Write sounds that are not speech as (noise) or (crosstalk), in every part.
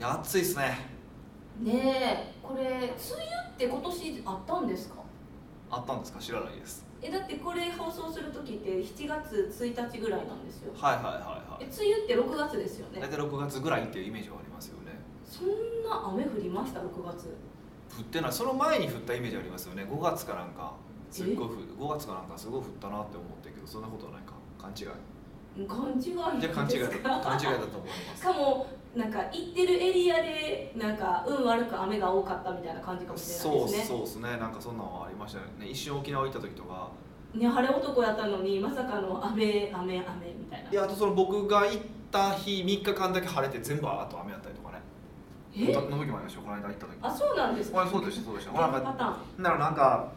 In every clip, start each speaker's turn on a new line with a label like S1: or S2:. S1: や暑いですね
S2: ねえこれ梅雨って今年あったんですか
S1: あったんですか知らないです
S2: えだってこれ放送する時って7月1日ぐらいなんですよ
S1: はいはいはい
S2: え
S1: はい
S2: 梅雨って6月ですよ
S1: 大
S2: ね
S1: 体6月ぐらいっていうイメージはありますよね
S2: そんな雨降りました6月
S1: 降ってないその前に降ったイメージありますよね5月かなんかすっごい降る5月かなんかすごい降ったなって思ってるけどそんなことないか勘違い
S2: 勘違いじ
S1: じゃあ勘
S2: (laughs)
S1: 違いだと勘違
S2: し
S1: いだと思います
S2: かもなんか行ってるエリアでなんか運悪く雨が多かったみたいな感じかもしれない
S1: そう
S2: ですね
S1: そうですねなんかそんなのはありましたよね一瞬沖縄行った時とか
S2: ね晴れ男やったのにまさかの雨雨雨みたいない
S1: やあとその僕が行った日3日間だけ晴れて全部あと雨だったりとかね
S2: え
S1: の時もありましたよこの間行った時
S2: あそうなんです
S1: あ
S2: か
S1: れそうでしたそうでしたほら
S2: パ
S1: なんか
S2: ターン
S1: ならなんか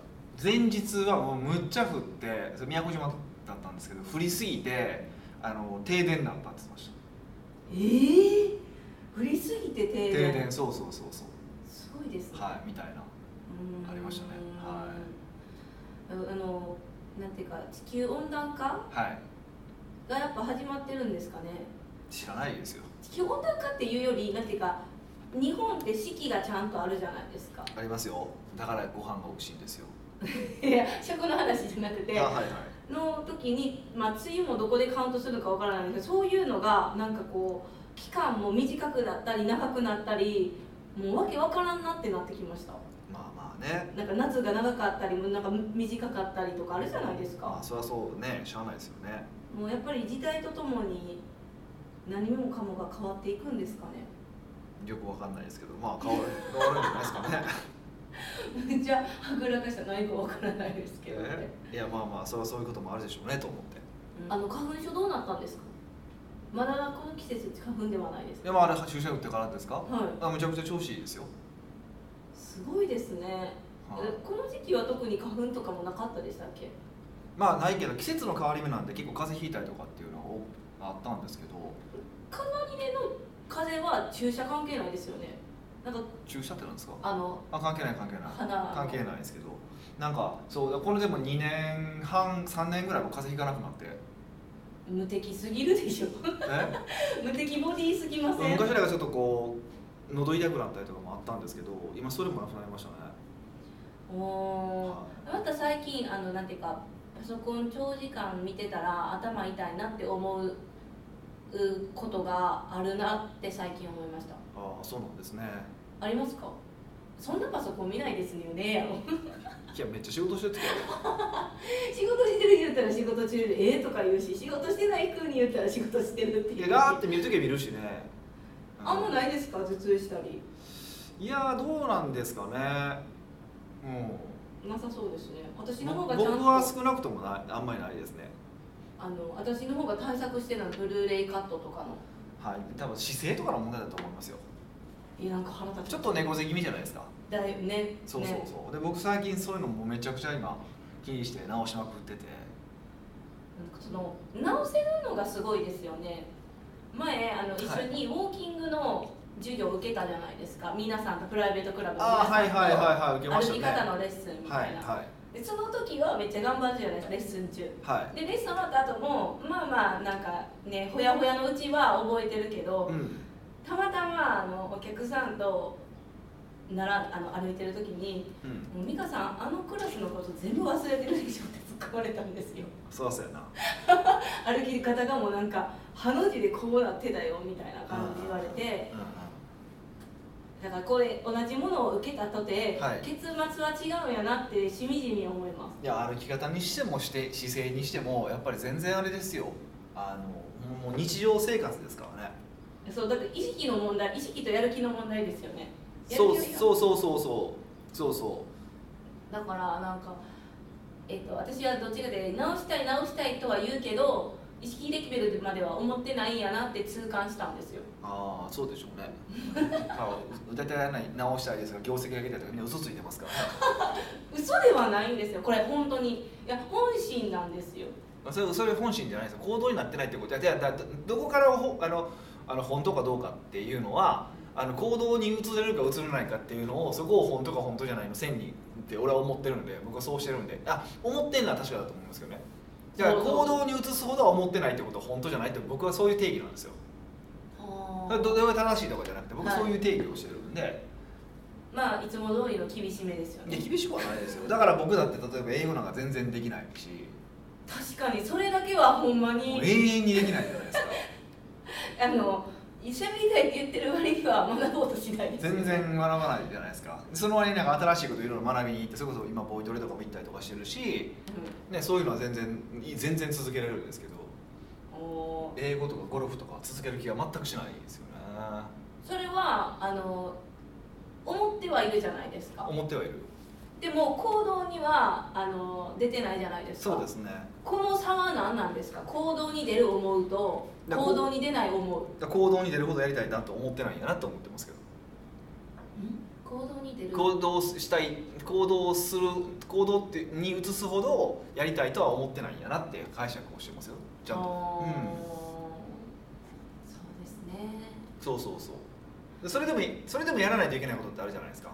S1: 前日はもうむっちゃ降ってそれ宮古島だったんですけど降りすぎてあの停電なんだって言ってました
S2: えー、降りすぎて
S1: 停
S2: 停電
S1: 電そうそうそうそう
S2: すごいですね、
S1: はいみたいな
S2: うん
S1: ありましたねは
S2: ああのなんていうか地球温暖化
S1: はい
S2: がやっぱ始まってるんですかね
S1: 知らないですよ
S2: 地球温暖化っていうよりなんていうか日本って四季がちゃんとあるじゃないです
S1: (laughs)
S2: か
S1: ありますよだからご飯が美味しいんですよ
S2: いや食の話じゃなく
S1: あ
S2: て
S1: はいはい
S2: の時に、まあ、梅雨もどこでカウントするのかわからないんですけどそういうのがなんかこう期間も短くなったり長くなったりもうわけわからんなってなってきました
S1: まあまあね
S2: なんか夏が長かったりなんか短かったりとかあるじゃないです
S1: ま
S2: か
S1: あそりゃそうねしゃあないですよね
S2: もうやっぱり時代とともに何もかもが変わっていくんですか (laughs) ね
S1: よくわかんないですけどまあ変わる変わるんじゃないですかね
S2: めっちゃはぐらかした何かわから (laughs) ないですけどね、
S1: えーいやまあまあそれはそういうこともあるでしょうねと思って
S2: あの花粉症どうなったんですかまだこの季節花粉ではないです
S1: い
S2: か
S1: やまああれ注射打ってからですか
S2: は
S1: あむちゃくちゃ調子いいですよ、
S2: いすごいですね
S1: はい
S2: えこの時期は特に花粉とかもなかったでしたっけ
S1: まあないけど季節の変わり目なんで結構風邪ひいたりとかっていうのがあったんですけど
S2: カナリネの風は注射関係ないですよねなんか
S1: 注射ってなんですか
S2: あの
S1: あ関係ない関係ない
S2: 鼻
S1: 関係ないですけどなんかそうこれでも2年半3年ぐらいも風邪ひかなくなって
S2: 無敵すぎるでしょ (laughs)
S1: え
S2: 無敵ボディすぎません
S1: 昔なんかちょっとこう喉痛くなったりとかもあったんですけど今それもなくなりましたね
S2: おーまた最近あのなんていうかパソコン長時間見てたら頭痛いなって思ううことがあるなって最近思いました
S1: ああそうなんですね
S2: ありますかそんなパソコン見ないですよね (laughs) やろ
S1: いやめっちゃ仕事してる時ある
S2: 仕事してる人言ったら仕事中でえーとか言うし仕事してない人に言ったら仕事してるって
S1: い
S2: い
S1: や
S2: う
S1: ガーって見るときは見るしね、
S2: あんまないですか頭痛したり
S1: いやーどうなんですかねうん
S2: なさそうですね私の方
S1: 僕
S2: がちゃんと
S1: は少なくともないあんまりないですね
S2: あの私の方が対策してないブルーレイカットとかの
S1: はい多分姿勢とかの問題だと思いますよ
S2: えなんか腹立つ
S1: ちょっと猫背気味じゃないですか
S2: だよね
S1: そうそう
S2: ね
S1: そう、で僕最近そういうのもめちゃくちゃ今気にして直しまくってて
S2: なんかその直せるのがすごいですよね前あの
S1: はい
S2: 一緒にウォーキングの授業を受けたじゃないですか、皆さんとプライベートクラブの
S1: ああはいはい
S2: 皆
S1: はいはい受けました
S2: さんと歩き
S1: ね
S2: 方のレッスンみ
S1: は
S2: た
S1: い
S2: いな、
S1: はい
S2: でその時はめっちゃ頑張るじゃないですかレッスン中
S1: は
S2: でレッスン終わった後もまあまあなんかねほやほやのうちは覚えてるけど
S1: い、うん、
S2: たまたまあのお客さんとならあの歩いてる時に
S1: うん、
S2: 「もう美香さんあのクラスのこと全部忘れてるでしょ」って突っ込まれたんですよ
S1: そうそうやな
S2: 歩き方がもうなんかハの字でこうなってたよみたいな感じで言われて
S1: うんうん
S2: だからこれ同じものを受けたとて、
S1: はい
S2: 結末は違うんやなってしみじみ思いま
S1: いや歩き方にしてもして姿勢にしてもやっぱり全然あれですよあのもうもう日常生活ですからね
S2: すそうだから意識の問題意識とやる気の問題ですよねや
S1: そう
S2: る気が
S1: そうそうそうそうそうそ
S2: だからなんか、えっと私はどっちかで直したい直したいとは言うけど意識レベルまでは思ってないんやなって痛感したんですよ
S1: うああそうでしょうねあ歌ってない直したいですが業績上げたいとかみんな嘘ついてますから、ね、
S2: 嘘ではないんですよこれ本当にいや本心なんですよ
S1: まあそれそれ本心じゃないですよ行動になってないってこといやだだどこからほあのあの本当かどうかっていうのはあの行動に移れるか移れないかっていうのをそこを本当か本当じゃないの線にって俺は思ってるんで僕はそうしてるんであ思ってんのは確かだと思うんですけどねだから
S2: そうそ
S1: 行
S2: う
S1: 動に移すほどは思ってないってことは本当じゃないって僕はそういう定義なんですよだからどれが正しいとかじゃなくて僕
S2: はい
S1: そういう定義をしてるんで、
S2: まあいつも通りの厳しめですよ
S1: いや
S2: ね
S1: 厳しくはないですよだから僕だって例えば英語なんか全然できないし
S2: 確かにそれだけはほんま
S1: もう
S2: に
S1: 永遠にできないじゃないですか
S2: あの喋りたいって言ってる割には学ぼうとしないですよね
S1: 全然学ばないじゃないですかその割になんか新しいこといろいろ学びに行ってそれこそ今ボイトレとかも行ったりとかしてるし、ね、そういうのは全然全然続けられるんですけど
S2: うんおー
S1: 英語とかゴルフとかは続ける気が全くしないですよね
S2: それはあの思ってはいるじゃないですか
S1: 思ってはいる
S2: でも行動にはあの出てないじゃないですか
S1: そうですね
S2: この差は何なんですか行動に出る思うと
S1: だからこ
S2: 行
S1: う
S2: 動に出ない思う
S1: 行動に出るほどやりたいなと思ってないんやなと思ってますけど
S2: 行動に出る
S1: 行動したい行動する行動ってに移すほどやりたいとは思ってないんやなって解釈をしてますよちゃん
S2: あ
S1: と、
S2: ー
S1: うん、
S2: そうですね
S1: そうそうそうでそれでもいそれでもやらないといけないことってあるじゃないですか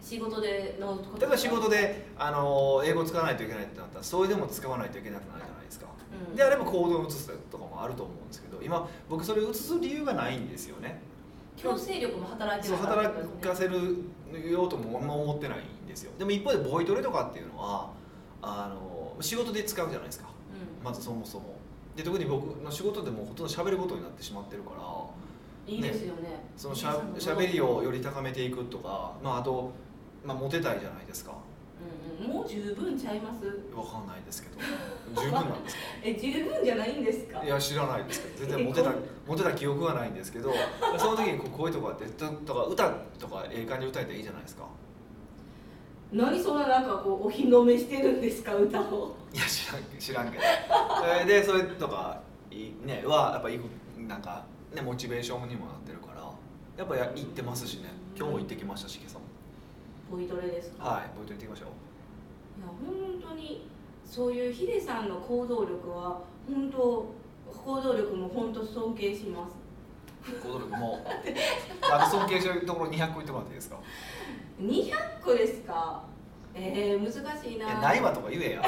S2: 仕事でのこと
S1: 例えば仕事、で、あのー英語使わないといけないってなったらそれでも使わないといけなくなるじゃないですか
S2: うん、
S1: であれば行動を移すとかもあると思うんですけど今僕それを移す理由がないんですよね
S2: 強制力も働いて
S1: そう
S2: る
S1: 働かせるようともあんま思ってないんですよでも一方でボイトレとかっていうのはあの仕事で使うじゃないですかまずそもそもで特に僕の仕事でもうほとんど喋ることになってしまってるから
S2: うん、いいですよね
S1: そのしゃ喋り、をより高めていくとか、まあ、あと、まあ、モテたいじゃないですか
S2: うんうん、もう十分ちゃいます
S1: わかんないですけ (laughs) ど十分なんです
S2: え十分じゃないんですか
S1: かいや知らないですけど全然モテたモテた記憶はないんですけどその時にこう声とかってととか歌とかええ感じで歌えたらいいじゃないですか
S2: 何そんななんかこうお披露目してるんですか歌を
S1: いや知らん知らんけどえーでそれとかいねはやっぱいいことなんかねモチベーションにもなってるからやっぱや行ってますしね今日も行ってきましたし今朝も
S2: ボイトレですか、
S1: はいボイトレ行ってきましょ
S2: いや本当にそういうヒデさんの行動力は本当行動力も本当尊敬します
S1: う行動力もあと尊敬してるところ200個言ってもらっていいですか
S2: 200個ですかえー、難しい
S1: い
S2: な
S1: やないわとか言えや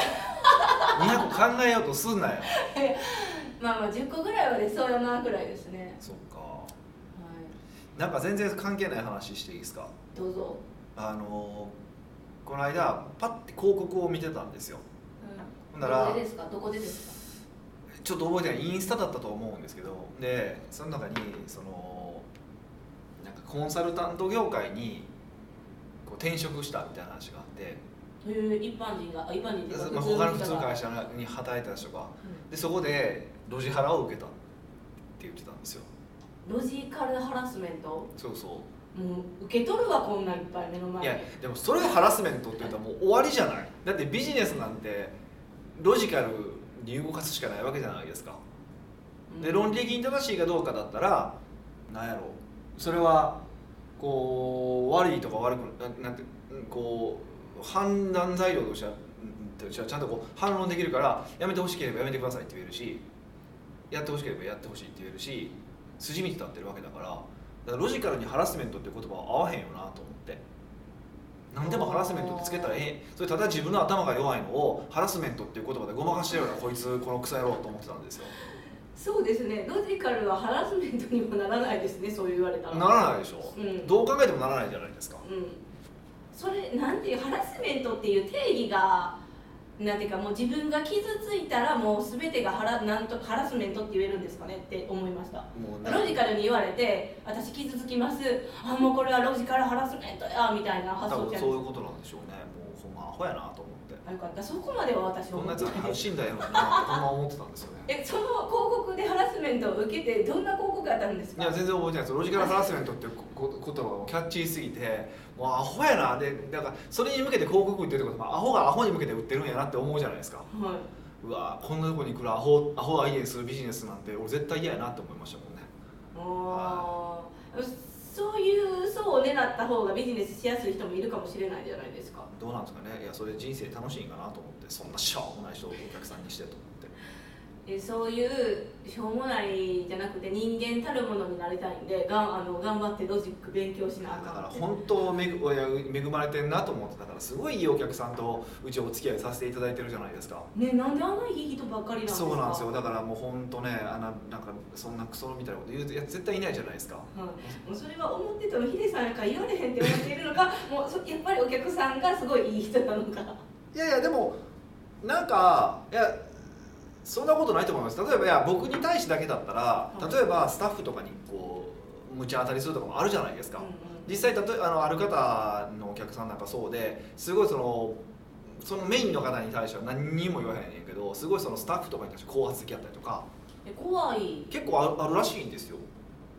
S1: 200個考えようとすんなよ
S2: まあまあ10個ぐらいは出そうやなぐらいですね
S1: そっか
S2: はい
S1: なんか全然関係ない話していいですか
S2: どうぞ、
S1: あのーこの間パッて広告を見てたんですよほんなら
S2: どこでですかどこでですか
S1: ちょっと覚えてないインスタだったと思うんですけどでその中にそのなんかコンサルタント業界にこう転職したみたいな話があって、
S2: えー、一般人があ一般人っていうか
S1: まあ、他の普
S2: 人
S1: 通
S2: が
S1: の会
S2: う
S1: 社に働いてた人が
S2: ん
S1: でそこで路地払を受けたって言ってたんですよ
S2: ロジカルハラスメントも
S1: そうそう
S2: う受け取るわこんなんいっぱい目の前
S1: い
S2: に
S1: やでもそれがハラスメントって言ったらもう終わりじゃないだってビジネスなんてロジカルに動かすしかないわけじゃないですか
S2: うん
S1: で論理的に正しいかどうかだったらなんやろうそれはこう悪いとか悪くななんてうんこう判断材料としてはうんとしてはちゃんとこう反論できるからやめてほしければやめてくださいって言えるしやってほしければやってほしいって言えるし筋道立ってるわけだからだからロジカルにハラスメントって言葉は合わへんよなと思って何でもハラスメントってつけたらええそれただ自分の頭が弱いのをハラスメントっていう言葉でごまかしてるようなこいつこの草野郎と思ってたんですよ
S2: そうですねロジカルはハラスメントにもならないですねそう言われた
S1: (laughs)
S2: ら
S1: ならないでしょ、
S2: うん
S1: どう考えてもならないじゃないですか
S2: うんそれなんていうハラスメントっていう定義がなんていうかもう自分が傷ついたらもう全てがハラなんとハラスメントって言えるんですかねって思いました
S1: もう
S2: ロジカルに言われて私傷つきます
S1: (laughs)
S2: あもうこれはロジカルハラスメントやみたいな発
S1: 多
S2: 想
S1: 分
S2: じゃ
S1: そ
S2: な
S1: う
S2: い
S1: いうことなんでしょうねもうほんまアホやなと思って
S2: あよかったそこまでは私
S1: こ
S2: 思
S1: んなや
S2: っ
S1: つは
S2: てない
S1: 楽
S2: です
S1: しいんだよな
S2: (laughs)
S1: ってほんま思ってたんですよね
S2: えその広告でハラスメントを受けてどんな広告があったんです
S1: い
S2: か
S1: や全然覚えてないですロジカルハラスメントっていうここ言葉もキャッチーすぎてもうアホやなでだからそれに向けて広告売ってるってことはアホがアホに向けて売ってるんやなって思うじゃないですか
S2: はいう
S1: わこんなとこに来るアホアホが家にするビジネスなんて俺絶対嫌やなって思いましたもんね
S2: あーそういう層を狙った方がビジネスしやすい人もいるかもしれないじゃないですか
S1: どうなんですかねいやそれ人生楽しいんかなと思ってそんなしょうもない人をお客さんにしてと思って
S2: えそういうしょうもないじゃなくて人間たるものになりたいんでがんあの頑張ってロジック勉強し
S1: だ
S2: なあかん
S1: から
S2: って
S1: 本当めぐいや恵まれてんなと思ってだからすごいいいお客さんとうちお付き合いさせていただいてるじゃないですか
S2: ねなんであんないい人ばっかりなんですか
S1: そうなんですよだからもう本当ねあななんかそんなクソみたいなこと言うやつ絶対いないじゃないですか
S2: はい、もうそれは思ってたのヒデさんやから言われへんって思っているのかもうそやっぱりお客さんがすごいいい人なのか
S1: いやいやでもなんかいやそんなことないと思います例えばいや僕に対してだけだったら
S2: い
S1: 例えばスタッフとかにこう無茶当たりするとかもあるじゃないですか、
S2: う
S1: 実際例えあのある方のお客さんなんかそうですごいそのそのメインの方に対しては何にも言わへんねんけどすごいそのスタッフとかに対して高圧的やったりとか
S2: んうん、え怖い
S1: 結構あるあるらしいんですよ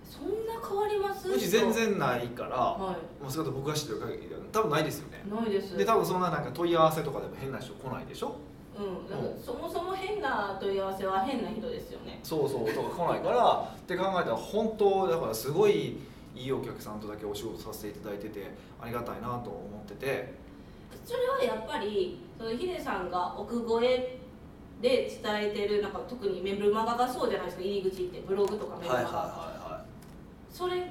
S2: そんな変わります
S1: うち全然ないから
S2: は
S1: もうそれと僕が知ってる限りでは多分ないですよね
S2: いないです
S1: で多分そんななんか問い合わせとかでも変な人来ないでしょ
S2: うん、だからそもそも変な問い合わせは変な人ですよね
S1: そうそうとか来ないからって考えたら本当だからすごいいいお客さんとだけお仕事させていただいててありがたいなと思ってて
S2: それはやっぱりそのヒデさんが奥越えで伝えてるなんか特にメルマガがそうじゃないですか入り口ってブログとかメルマガ、
S1: は
S2: それ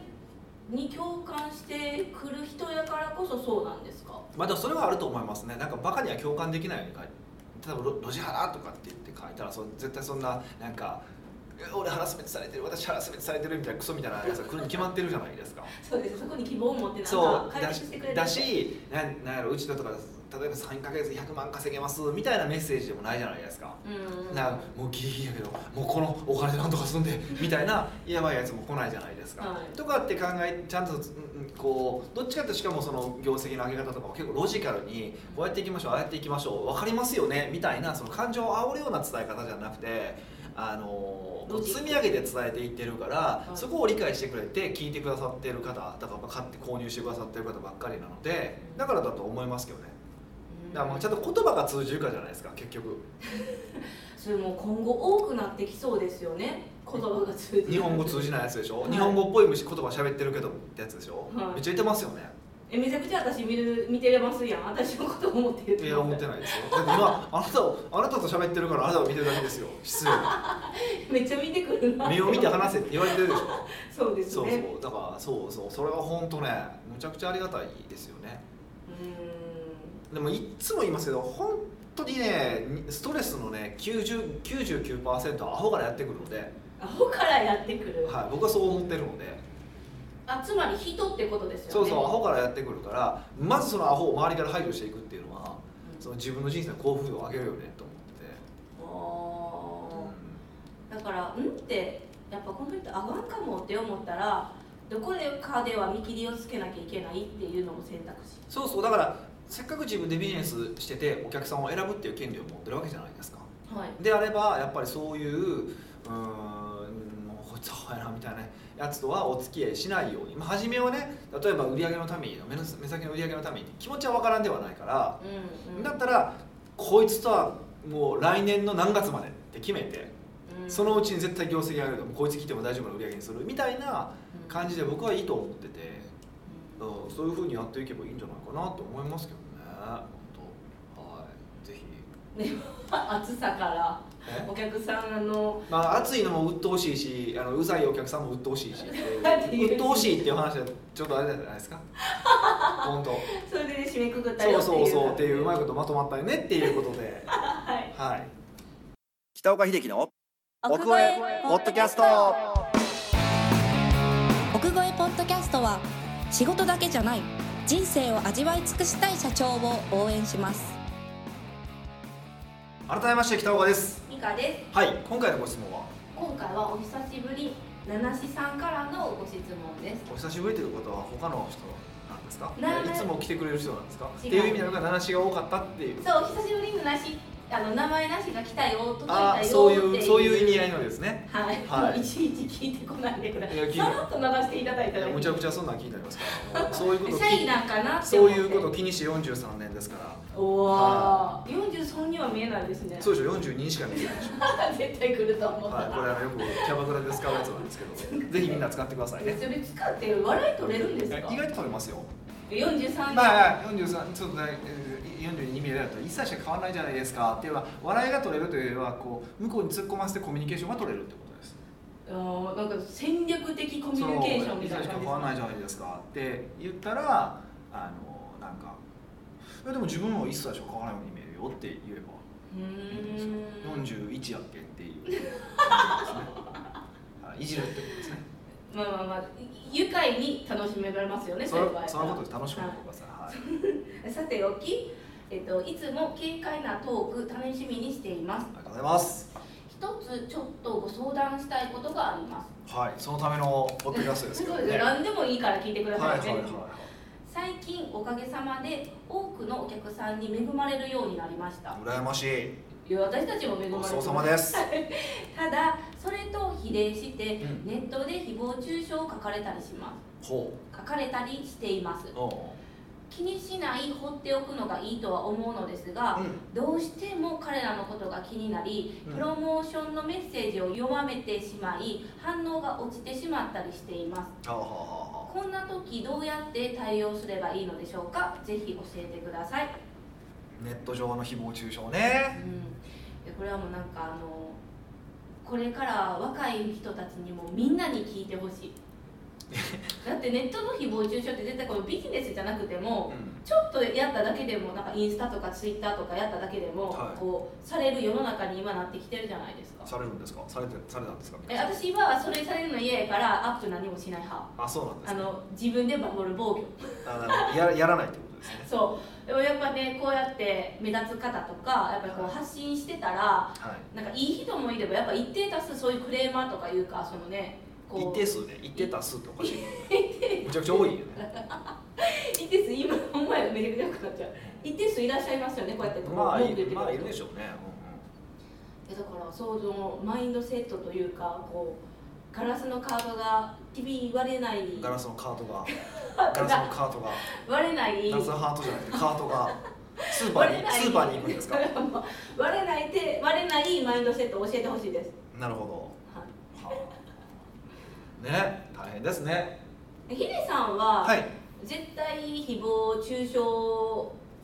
S2: に共感してくる人やからこそそうなんですか
S1: いまあでもそれはあると思いますねなんかバカには共感できないように書いて例えばロ「ロジハラ」とかって言って書いたらそ絶対そんななんかえ「俺ハラスメントされてる私ハラスメントされてる」みたいなクソみたいなやつが来るに決まってるじゃないですか
S2: そうですそこに希望を持ってなん
S1: そ
S2: か
S1: う
S2: 解
S1: だ
S2: 決
S1: し
S2: してくれる
S1: だしなんなんやろうちだとか例えば3か月100万稼げますみたいなメッセージでもないじゃないですか
S2: うんうん
S1: なもうギリギリやけどもうこのお金でなんとかすんでみたいなやばいやつも来ないじゃないですか、
S2: はい
S1: とかって考えちゃんと、うんうんこうどっちかってしかもその業績の上げ方とかも結構ロジカルにこうやっていきましょうああやっていきましょう分かりますよねみたいなその感情を煽るような伝え方じゃなくてあの
S2: ロジック
S1: 積み上げて伝えていってるから、
S2: い
S1: そこを理解してくれて聞いてくださってる方だからまあ買って購入してくださってる方ばっかりなのでだからだと思いますけどねだからまあちゃんと言葉が通じるかじゃないですか結局。
S2: それもう今後多くなってきそうですよね言葉が通じ
S1: 日本語通
S2: じ
S1: じないやつでしょ、
S2: はい
S1: 日本語っぽい虫言葉喋ってるけどってやつでしょ、
S2: は
S1: めっ
S2: い
S1: ちゃ言ってますよね
S2: えめちゃくちゃ私見る見てれますやん私のこと思って言って
S1: いや思ってないですよだって今あなたをあなたと喋ってるからあなたを見てるだけですよ失礼
S2: めっちゃ見てくるな
S1: 目を見て話せって言われてるでしょ
S2: そう (laughs) ですね
S1: そうそうだからそうそうそれは本当ねむちゃくちゃありがたいですよね
S2: う
S1: でもいっつも言いますけど本当にねストレスのね90 99%はアホからやってくるので、
S2: ーんアホからやってくる、
S1: はい、僕はそう思ってるので
S2: あつまり人ってことですよね
S1: そうそうアホからやってくるからまずそのアホを周りから排除していくっていうのはその自分の人生の幸福度を上げるよねと思ってて、
S2: あーだから「ん?」ってやっぱこの人あかんかもって思ったらどこでかでは見切りをつけなきゃいけないっていうのも選択肢
S1: そうそうだからせっかく自分でビジネスしててお客さんを選ぶっていう権利を持ってるわけじゃないですか
S2: はい
S1: であればやっぱりそういううーんもうこいつアホやなみたいなやつとはお付き合いしないように、まあ、初めはね例えば売り上げのために目の目先の売り上げのために気持ちは分からんではないから、
S2: うんうん
S1: だったらこいつとはもう来年の何月までって決めて
S2: うん
S1: そのうちに絶対業績上げるともうこいつ来ても大丈夫な売り上げにするみたいな
S2: うん
S1: 感じで僕はいいと思ってて、
S2: うん
S1: うん、そういうふうにやっていけばいいんじゃないかなと思いますけどね本当はいぜひ
S2: 暑さからお客さんの
S1: まあ暑いのも鬱陶しいしあのうざいお客さんも鬱陶しいし鬱陶しいっていう話はちょっとあれじゃないですか本当
S2: それで締めくくった
S1: そ
S2: よ
S1: う
S2: っていう
S1: そうそうっていううまいことまとまったよねっていうことで
S2: はい
S1: はい北岡秀樹の
S3: 奥越えポッドキャスト
S4: 奥越えポッドキャストは仕事だけじゃない人生を味わい尽くしたい社長を応援します
S1: 改めまして北岡です
S2: ミカです
S1: はい今回のご質問は
S2: 今回はお久しぶり七七さんからのご質問です
S1: お久しぶりということは他の人なんですか
S2: ない
S1: いつも来てくれる人なんですか
S2: 違う
S1: っていう意味なのが七種が多かったっていう
S2: そうお久しぶりになしあの名前なしが来たよ届い
S1: あ
S2: たよ
S1: あそうい
S2: って
S1: うそういう意味合いのですね
S2: はい、
S1: はい
S2: い、ちいち聞いてこないでくださ
S1: いや聞い
S2: い。
S1: て
S2: さらっと流していただい
S1: い
S2: た
S1: や
S2: だ
S1: むちゃく
S2: ち
S1: ちゃそんなん気になりますからも
S2: (laughs)
S1: うそういうこと
S2: シャイなんかなって
S1: そう
S2: 思って。
S1: いうこと気にして43年ですから
S2: と。おお、四十三には見えないですね。
S1: そうでしょ42しか見えないでしょ、
S2: (laughs) 絶対来ると (laughs) 思った。
S1: はい、これあのよくキャバクラで使うやつなんですけどぜひみんな使ってくださいね
S2: それ使って笑い取れるんですか
S1: 意。外と取れますよ
S2: 43
S1: まあ43ちょっとねえー42ミリだと一切しか変わらないじゃないですかっていうのは笑いが取れるというよりはこう向こうに突っ込ませてコミュニケーションが取れるってことです
S2: あーなんか戦略的コミュニケーションみたい
S1: そう一切
S2: な
S1: しか
S2: 感じ
S1: 変わらないじゃないですかって言ったらあのなんかいやでも自分も一切しか変わらないように見えるよって言えば
S2: ですうーん
S1: 41やっけっていうですねあいじるってことですね
S2: まあまあまあ愉快に楽しめられますよね
S1: そ
S2: れ
S1: のそのことで楽しくやってください、はい
S2: さておき、えっと、いつも軽快なトーク楽しみにしていま
S1: あ
S2: す
S1: りがとうございます
S2: 一つちょっとご相談したいことがあります
S1: はいそのためのポッドキャストですけ
S2: そ
S1: ど
S2: う
S1: ね
S2: です何でもいいから聞いてくださいね、
S1: はいはいはい
S2: 最近おかげさまで多くのお客さんに恵まれるようになりました
S1: 羨ましい。
S2: いや私たちも恵まれて
S1: ご
S2: ま
S1: ち
S2: す
S1: そうさま
S2: (laughs)
S1: です。
S2: ただそれと比例して、
S1: うん
S2: ネットで誹謗中傷を書かれたりしま
S1: ほ
S2: す書かれたりしています
S1: う。お
S2: 気にしない放っておくのがいいとは思うのですが、
S1: う
S2: どうしても彼らのことが気になり
S1: うん
S2: プロモーションのメッセージを弱めてしまい反応が落ちてしまったりしています
S1: ん。はあはあは
S2: こんな時どうやって対応すればいいのでしょうかぜひ教えてください、
S1: あ。ネット上の誹謗中傷
S2: うん
S1: ね。
S2: で、これはもうなんかあのこれから若い人たちにもみんなに聞いてほ
S1: (laughs)
S2: しいだってネットの誹謗中傷って絶対このビジネスじゃなくても、
S1: うん。
S2: ちょっとやっただけでもなんかインスタとかツイッターとかやっただけでも、
S1: はい
S2: こうされる世の中に今なってきてるじゃないですか
S1: されるんですか。されてされたんですか。
S2: え私はそれされるの嫌やからアップ何もしない派
S1: あ、そうなんで
S2: あ
S1: す、ね。
S2: の自分で守る防御
S1: あなるほどややらないってことですね。
S2: そうでもやっぱねこうやって目立つ方とかやっぱりこう発信してたら
S1: はい。
S2: なんかいい人もいればやっぱ一定多数そういうクレーマーとかいうかそのね
S1: 一
S2: こう
S1: 定数ね、一定多数っておかしいけ
S2: (laughs)
S1: ど。むちゃくちゃ多いよね。
S2: 一定数今ほんまやめちゃくちゃ多くなっちゃう一定数いらっしゃいますよねこうやってこう
S1: まあい
S2: 文句言っ
S1: る
S2: てく
S1: まあい
S2: る
S1: る
S2: 人
S1: でしょうね。
S2: えだからそうそのマインドセットというかこうガラスのカードがひび割れない
S1: うんうん。ガラスのカート
S2: (laughs)
S1: が、ガラスのカートが、
S2: 割れない
S1: ガラスのハートじゃなくてカート
S2: (laughs)
S1: が。スーパーにスーパーに行くんですか
S2: 割れない手割れないマインドセットを教えてほしいです、
S1: なるほ
S2: は
S1: ど、はあ、 (laughs) ね大変ですね
S2: い、ヒデさんは、
S1: はい
S2: 絶対誹謗中傷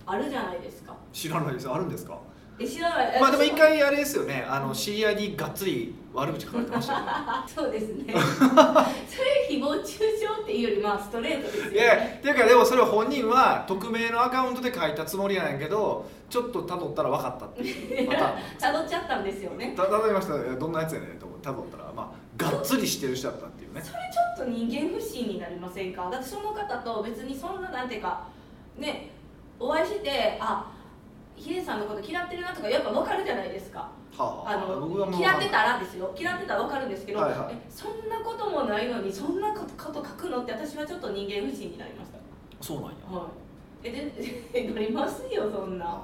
S2: あるじゃないですか
S1: 知らないですあるんですか
S2: え知らない
S1: まあでも一回あれですよねあの知り合いにがっつり悪口書かれてました (laughs) よね
S2: (laughs) そうですねそれ誹謗中傷っていうよりまあストレートですよ
S1: いやっていうかでもそれ本人は匿名のアカウントで書いたつもりなんやけどちょっとたどったら分かったっていうパターン
S2: (laughs) たどっちゃったんですよね
S1: たたどりましたいやどんなやつやねんと思ってたどったらまあがっつりしてる人だったっていうね
S2: それちょっと人間不信になりませんかだってその方と別にそんななんていうかねお会いしてあヒデさんのこと嫌ってるなとかやっぱ分かるじゃないですか
S1: はあ
S2: あ
S1: 僕は
S2: の
S1: もう
S2: 嫌ってたらですよ嫌ってたら分かるんですけど、
S1: はいはい
S2: えそんなこともないのにそんなこと書くのって私はちょっと人間不信になりました
S1: そうなんや
S2: はいえで (laughs) なりますよそんな
S1: あ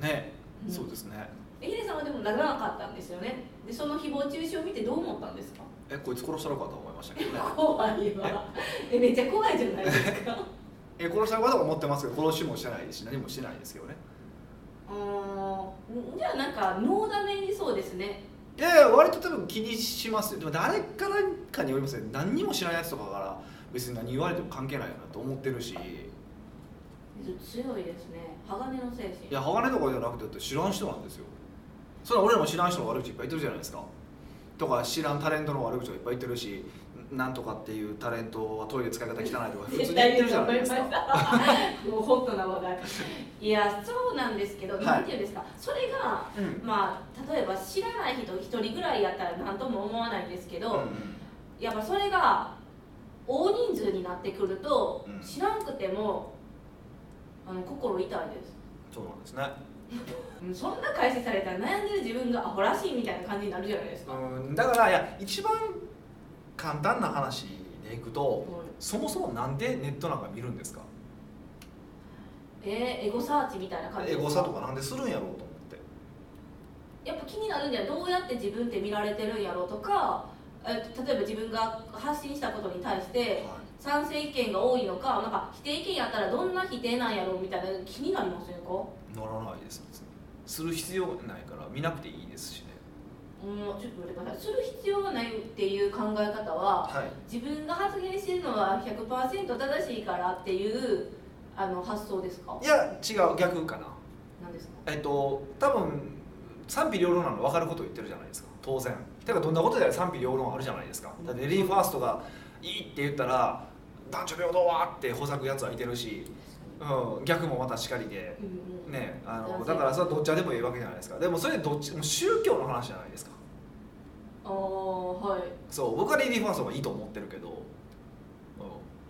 S1: ーね、
S2: うん
S1: そうですね
S2: えヒデさんはでもならなかったんですよねでその誹謗中傷を見てどう思ったんですか
S1: えこいつ殺したのかと思いましたけどね
S2: 怖いわえめっちゃ怖いじゃないですか
S1: (laughs) え殺したのかとは思ってますけど殺しもしてないし何もしてないですけどね
S2: うーんじゃあなんかノーダメにそうですね
S1: いやいや割と多分気にしますよでも誰からかによりますよね何にも知らないやつとかから別に何言われても関係ないよなと思ってるしい
S2: 強いですね鋼の精神
S1: や鋼とかじゃなくてだって知らん人なんですよそれは俺らも知らん人の悪口いっぱい言ってるじゃないですかとか知らんタレントの悪口とかいっぱい言ってるしなんとかっていうタレントはトイレ使い方汚いと (laughs) か普通に言ってるじゃないですか
S2: もうホットな話題いやそうなんですけど、
S1: はい
S2: なんていうんですかそれが
S1: うん、
S2: まあ例えば知らない人一人ぐらいやったら何とも思わないんですけど、やっぱそれが大人数になってくると、
S1: うん
S2: 知らんくてもあの心痛いです
S1: そうなんですね
S2: うんそんな開始されたら悩んでる自分がアホらしいみたいな感じになるじゃないですか、
S1: うんだからいや一番簡単な話でいくと
S2: うん
S1: そもそもなんでネットなんか見るんですか
S2: えーエゴサーチみたいな感じ
S1: エ
S2: です
S1: ゴサとかなんでするんやろうと思って
S2: やっぱ気になるんじゃないどうやって自分って見られてるんやろうとかえー例えば自分が発信したことに対して賛成意見が多いのかなんか否定意見やったらどんな否定なんやろうみたいな気になりませんか
S1: ならないです別にする必要ないから見なくていいですしね
S2: うんちょっと待ってくださいする必要がないっていう考え方は
S1: はい
S2: 自分が発言してるのは100%正しいからっていうあの発想ですか
S1: いや違う逆かな
S2: 何ですか
S1: えっと多分賛否両論なの分かることを言ってるじゃないですか当然だからどんなことであれ賛否両論あるじゃないですかだってレディーファーストがいいって言ったら男女平等はってほざくやつはいてるし、うん、逆もまたしかりで
S2: うんうん
S1: ねあ
S2: 男
S1: の
S2: 性
S1: だからそれはどっちでもいいわけじゃないですかでもそれどっちもう宗教の話じゃないですか
S2: ああはい
S1: そう僕はレディーファーストがいいと思ってるけど、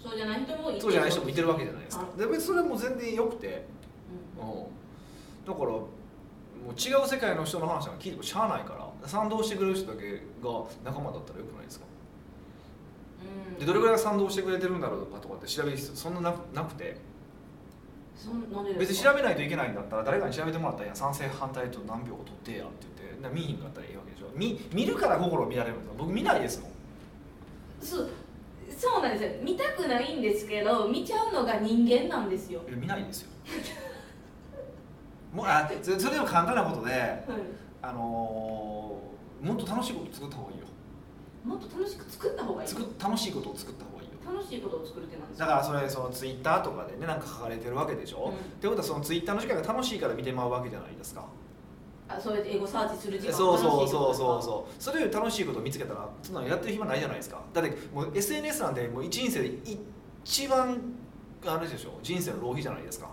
S2: そうじゃない人も
S1: う
S2: い
S1: ん、
S2: て
S1: そうじゃない人もいてるわけじゃないですか
S2: は
S1: で別にそれはもう全然よくて、
S2: う
S1: うんん、だからもう違う世界の人の話なんか聞いてもしゃあないから賛同してくれる人だけが仲間だったらよくないですか
S2: うん
S1: でどれぐらい賛同してくれてるんだろうかとかって調べる必要そんななくなくて
S2: そんなんでです
S1: 別
S2: か
S1: に調べないといけないんだったら誰かに調べてもらったらいいや賛成反対と何票を取ってやって言ってな見ひんかったらいいわけでしょ見見るから心を見られるんですよ僕見ないですもん
S2: そうそうなんですよ見たくないんですけど見ちゃうのが人間なんですよ
S1: いや見ないですよもうあそそれでも簡単なことで
S2: はい
S1: あのーもっと楽しいこと作った方がいいよ
S2: もっと楽しく作った方がいい
S1: 作っ楽しいことを作った方がいいよ
S2: 楽しいことを作るってなんです
S1: だ
S2: か
S1: からそれそのツイッターとかでねなんか書かれてるわけでしょ、
S2: うん
S1: ってことはそのツイッターの時間が楽しいから見てまうわけじゃないですか
S2: あそうやってエゴサーチする時間
S1: そうそうそうそう
S2: う
S1: そうそれより楽しいことを見つけたらそんなのやってる暇ないじゃないですかだってもう SNS なんてもう人生で一番あれでしょ人生の浪費じゃないですか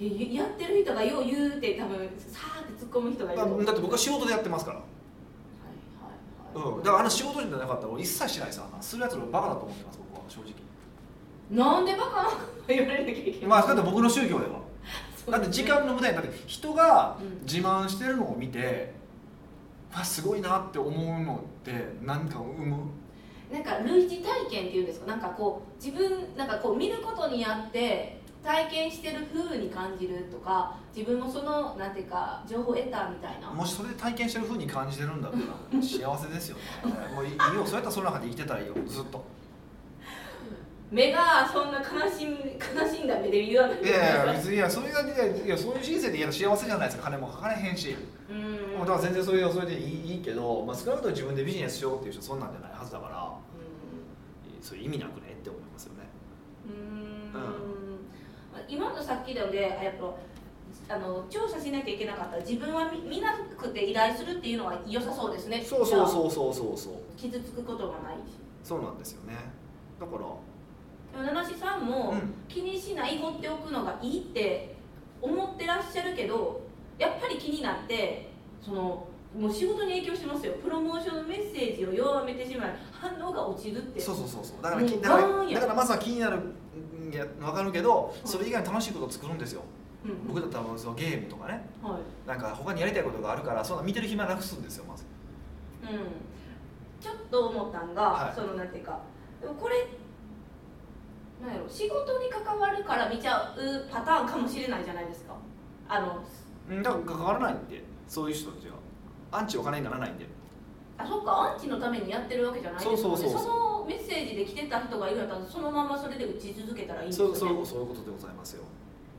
S2: へえやってる人がよう言うて多分さーって突っ込む人がいる
S1: だ
S2: と
S1: っ
S2: 思う
S1: て僕は仕事でやってますから
S2: はいはいはい
S1: うん、だからあの仕事じゃなかったら俺一切しないさするやつのバカだと思ってます僕は正直
S2: なんでバカ (laughs) なこと言われなきゃいけない
S1: まあだって僕の宗教ではだって時間の無駄にだって人が
S2: うん
S1: 自慢してるのを見て、あすごいなって思うのって何か生む
S2: なんか類似体験っていうんですかなんかこう自分なんかこう見ることによって体験してる風に感じるとか自分もそのなんていうか情報を得たみたいな
S1: もしそれで体験してる風に感じてるんだったら幸せ (laughs) ですよねもういいよそうやったらその中で生きてたらいいよずっと
S2: 目がそんな悲しみ悲しんだ目で言わない
S1: い
S2: で
S1: やいや別にいやそれがいやいやそういう人生で嫌な幸せじゃないですか金もかかれへんし、
S2: うん
S1: もうだから全然それはそれでいいいいけど、まあ、少なくとも自分でビジネスしようっていう人そんなんじゃないはずだからそういう意味なくねって思いますよね
S2: うんうんまあ今のさっきのでやっぱあの調査しなきゃいけなかったら自分は見見なくて依頼するっていうのは良さそうですね
S1: そうそう
S2: う
S1: そうそうそうそう
S2: 傷つくことがないし
S1: そうなんですよねだから
S2: でも七七さんも、
S1: うん
S2: 気にしない放っておくのがいいって思ってらっしゃるけどやっぱり気になってそのもう仕事に影響してますよプロモーションのメッセージを弱めてしまい反応が落ちるって
S1: そうそうそうそうだから
S2: もう
S1: きだから
S2: ガーンや
S1: だからまずは気になるんや分かるけどそれ以外に楽しいことを作るんですよ
S2: うんうん
S1: 僕だったらもうそのゲームとかね
S2: はい
S1: なんか他にやりたいことがあるからそんな見てる暇なくすんですよまず
S2: うん、ちょっと思ったんが、
S1: はい
S2: そのなんていうかでもこれなんやろ仕事に関わるから見ちゃうパターンかもしれないじゃないですかあの
S1: うんだから関わらないんでそういう人たちはアンチお金にならないんで
S2: あそっかアンチのためにやってるわけじゃないですもんね
S1: そうそうそうそう
S2: のメッセージで来てた人がいるんやったらそのままそれで打ち続けたらいいんですよ
S1: そ
S2: ね
S1: うそうそういうことでございますよ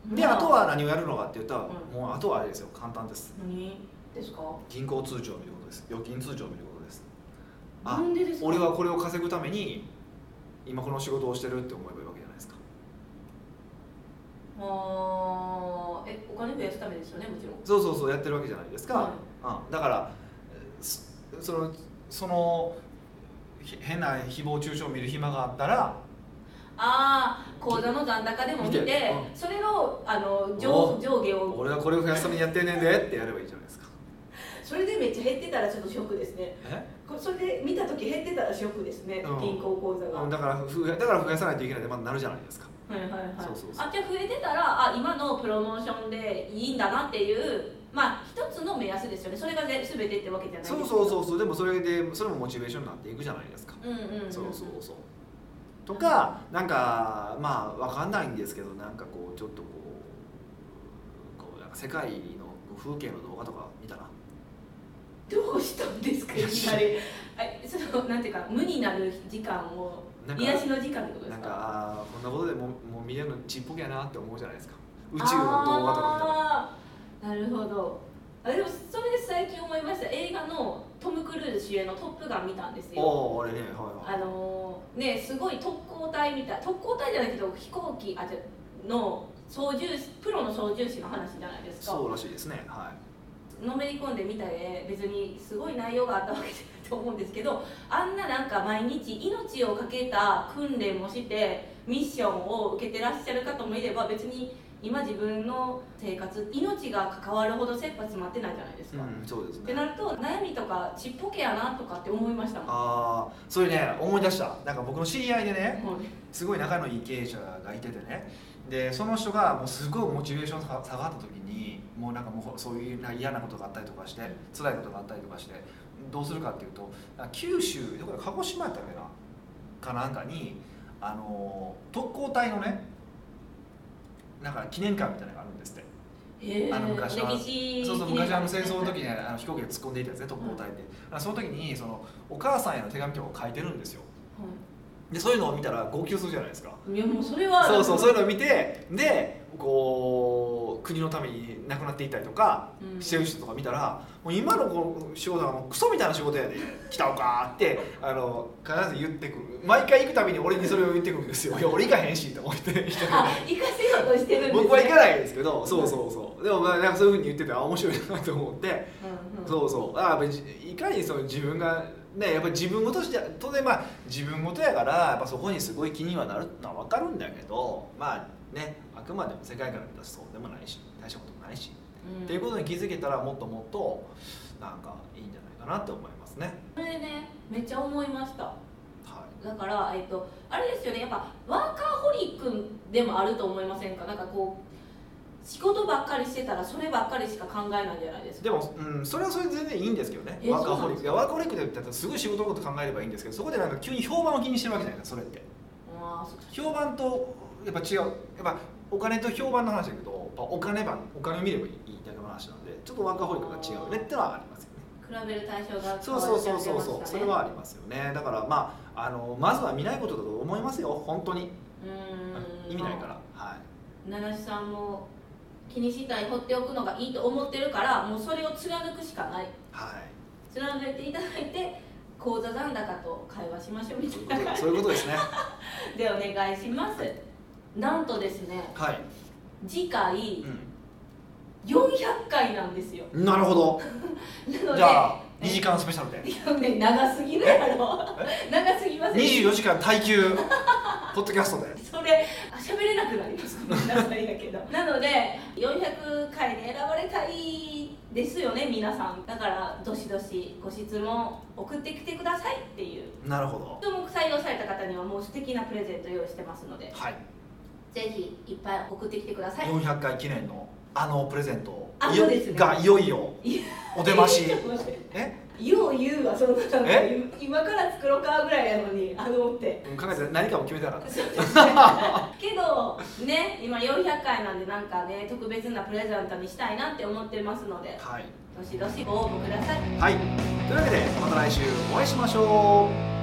S2: うん
S1: であとは何をやるのかって言ったら
S2: うん
S1: もうあとはあれですよ簡単です
S2: 何ですか
S1: 銀行通帳を見ることです預金通帳を見ることです
S2: な
S1: あ
S2: んでですか
S1: 俺はこれを稼ぐために今この仕事をしてるって思えばいいわけじゃないですか
S2: あーえお金増やすためですよねもちろん
S1: そうそうそうやってるわけじゃないですか、
S2: は
S1: うん、だからえそそのそのへ変な誹謗中傷を見る暇があったら
S2: ああ口座の残高でも見て
S1: 見てう
S2: それをあの上
S1: お
S2: 上下を
S1: 俺はこれを増やすためにやってんねんでってやればいいじゃないですか
S2: それでめっちゃ減ってたらちょっとショックですね
S1: え
S2: こそれで見た時減ってたらショックですね、
S1: うん
S2: 銀行口座が、
S1: うんだからふだから増やさないといけないってまだなるじゃないですか
S2: はいはいはい
S1: そうそうそう
S2: あじゃあ増えてたらあ今のプロモーションでいいんだなっていうまあ一つの目安ですよねそれがぜ全てってわけじゃない
S1: そうそうそううそうでもそれでそれもモチベーションになっていくじゃないですか、
S2: うんうん、うん、
S1: そうそうそうとかなんかまあわかんないんですけどなんかこうちょっとこうこうなんか世界の風景の動画とか見たら
S2: どうしたんですかいきなりあそのなんていうか無になる時間を
S1: なんか
S2: 癒しの時間ってことで
S1: な
S2: す
S1: ん
S2: か
S1: かあーこんなことでもうもう見れるのちっぽけやなって思うじゃないですか宇宙の動画とか見たら
S2: あーなるほどあでもそれで最近思いました映画のトム・クルーズ主演の「トップガン」見たんですよ
S1: おおーあれねはいはい
S2: あのーねすごい特攻隊みたい特攻隊じゃないけど飛行機あじゃの操縦士プロの操縦士の話じゃないですか
S1: そうらしいですねは
S2: のめり込んでみたで別にすごい内容があったわけじゃないと思うんですけどあんななんか毎日命を懸けた訓練もしてミッションを受けてらっしゃる方もいれば別に今自分の生活命が関わるほど切羽詰まってないじゃないです
S1: い、
S2: か、っ
S1: うん、そうです
S2: て
S1: ね
S2: なると悩みとかちっぽけやなとかって思いましたもん
S1: ああそれね思い出したなんか僕の知り合いでね
S2: もうね
S1: すごい仲のいい経営者がいててねでその人がもうすごいモチベーションが下がった時にもうなんかもうそういうな嫌なことがあったりとかして辛いことがあったりとかしてどうするかっていうとあ九州どこだ鹿児島やったっけなかなんかにあのー特攻隊のねなんか記念館みたいなのがあるんですって
S2: へー
S1: あの昔は
S2: 歴史
S1: そうそう昔あの戦争の時
S2: に
S1: にあの飛行機で突っ込んでいたやつね特攻隊って、あその時にそのお母さんへの手紙とかを書いてるんですよでそういうのを見たら号泣するじゃないですか
S2: いやもうそれは
S1: そうそうそういうのを見てでこう国のために亡くなっていったりとか
S2: うん
S1: してる人とか見たら、もう今のこの仕事はもうクソみたいな仕事やで来たおかーってあの必ず言ってくる毎回行くたびに俺にそれを言ってくるんですよ「いや俺行かへんし」と思って一人で
S2: あ生かせようとしてるんです、ね、
S1: 僕は行かないですけどそうそうそうでもまあなんかそういうふうに言っててあ面白いなと思って。
S2: うんうん
S1: そうそうあ別にいかにその自分がねやっぱり自分事として当然まあ自分事やからやっぱそこにすごい気にはなるのは分かるんだけどまあねあくまでも世界から見たらそうでもないし大したこともないし、
S2: うん
S1: っていうことに気づけたらもっともっとなんかいいんじゃないかなって思いますね。
S2: それねめっちゃ思いました
S1: は
S2: だから、えっと、あれですよねやっぱワーカーホリックでもあると思いませんかなんかこう仕事ばっかりしてたらそればっかりしか考えないじゃないです
S1: い、で
S2: か
S1: も、うん、それはそれで全然いいんですけどね
S2: え
S1: ワーカーホリッ
S2: そ
S1: クい
S2: うなんですか
S1: やワーカーホリックで言ったらすごい仕事のこと考えればいいんですけどそこでなんか急に評判を気にしてるわけじゃないですかそれって。
S2: あーそっか
S1: 評判とやっぱ違うやっぱお金と評判の話だけどやっぱお金ばお金を見ればいいだけの話なんでちょっとワーカホリックが違うねってのはありますよね
S2: 比べる対象が変わっちゃ
S1: そうそうそうそう
S2: っ
S1: そう
S2: てます
S1: そ
S2: かね
S1: れはありますよねだからまああのまずは見ないことだと思いますよ本当に
S2: うーん
S1: 意味ないからはい
S2: 七七さんも気にしたい放っておくのがいいと思ってるからもうそれを貫くしかない
S1: はい
S2: 貫いていただいて口座残高と会話しましょうみ
S1: そういう
S2: た
S1: こ
S2: いな
S1: と
S2: 感
S1: そういうこと (laughs) ですね
S2: じでお願いしますなんとですね
S1: はい、
S2: 次回400回なんですよ
S1: うん、なるほど
S2: なので
S1: じゃあ2時間スペシャルで
S2: いやね長すぎるやろ
S1: (laughs)
S2: 長すぎません
S1: 24時間耐久ポッドキャストで
S2: それあ喋れなくなりますごめんなさいやけど (laughs) なので400回に選ばれたいですよね皆さんだからどしどしご質問送ってきてくださいっていう
S1: なるほど
S2: でも採用された方にはもう素敵なプレゼント用意してますので
S1: はい
S2: ぜひいっぱい送ってきてください
S1: 400回記念のあのプレゼント
S2: あ
S1: いよ
S2: そうですね
S1: がいよいよお出まし
S2: ちょっ (laughs) と待って
S1: え
S2: よう言うわそんなの
S1: え
S2: 今から作ろうかぐらいやのにあの
S1: (laughs)
S2: って
S1: うん考えて何かも決めたら
S2: そうですねけどね今400回なんでなんかね特別なプレゼントにしたいなって思ってますので
S1: はい、
S2: どしどしご応募ください
S1: はい、というわけでまた来週お会いしましょう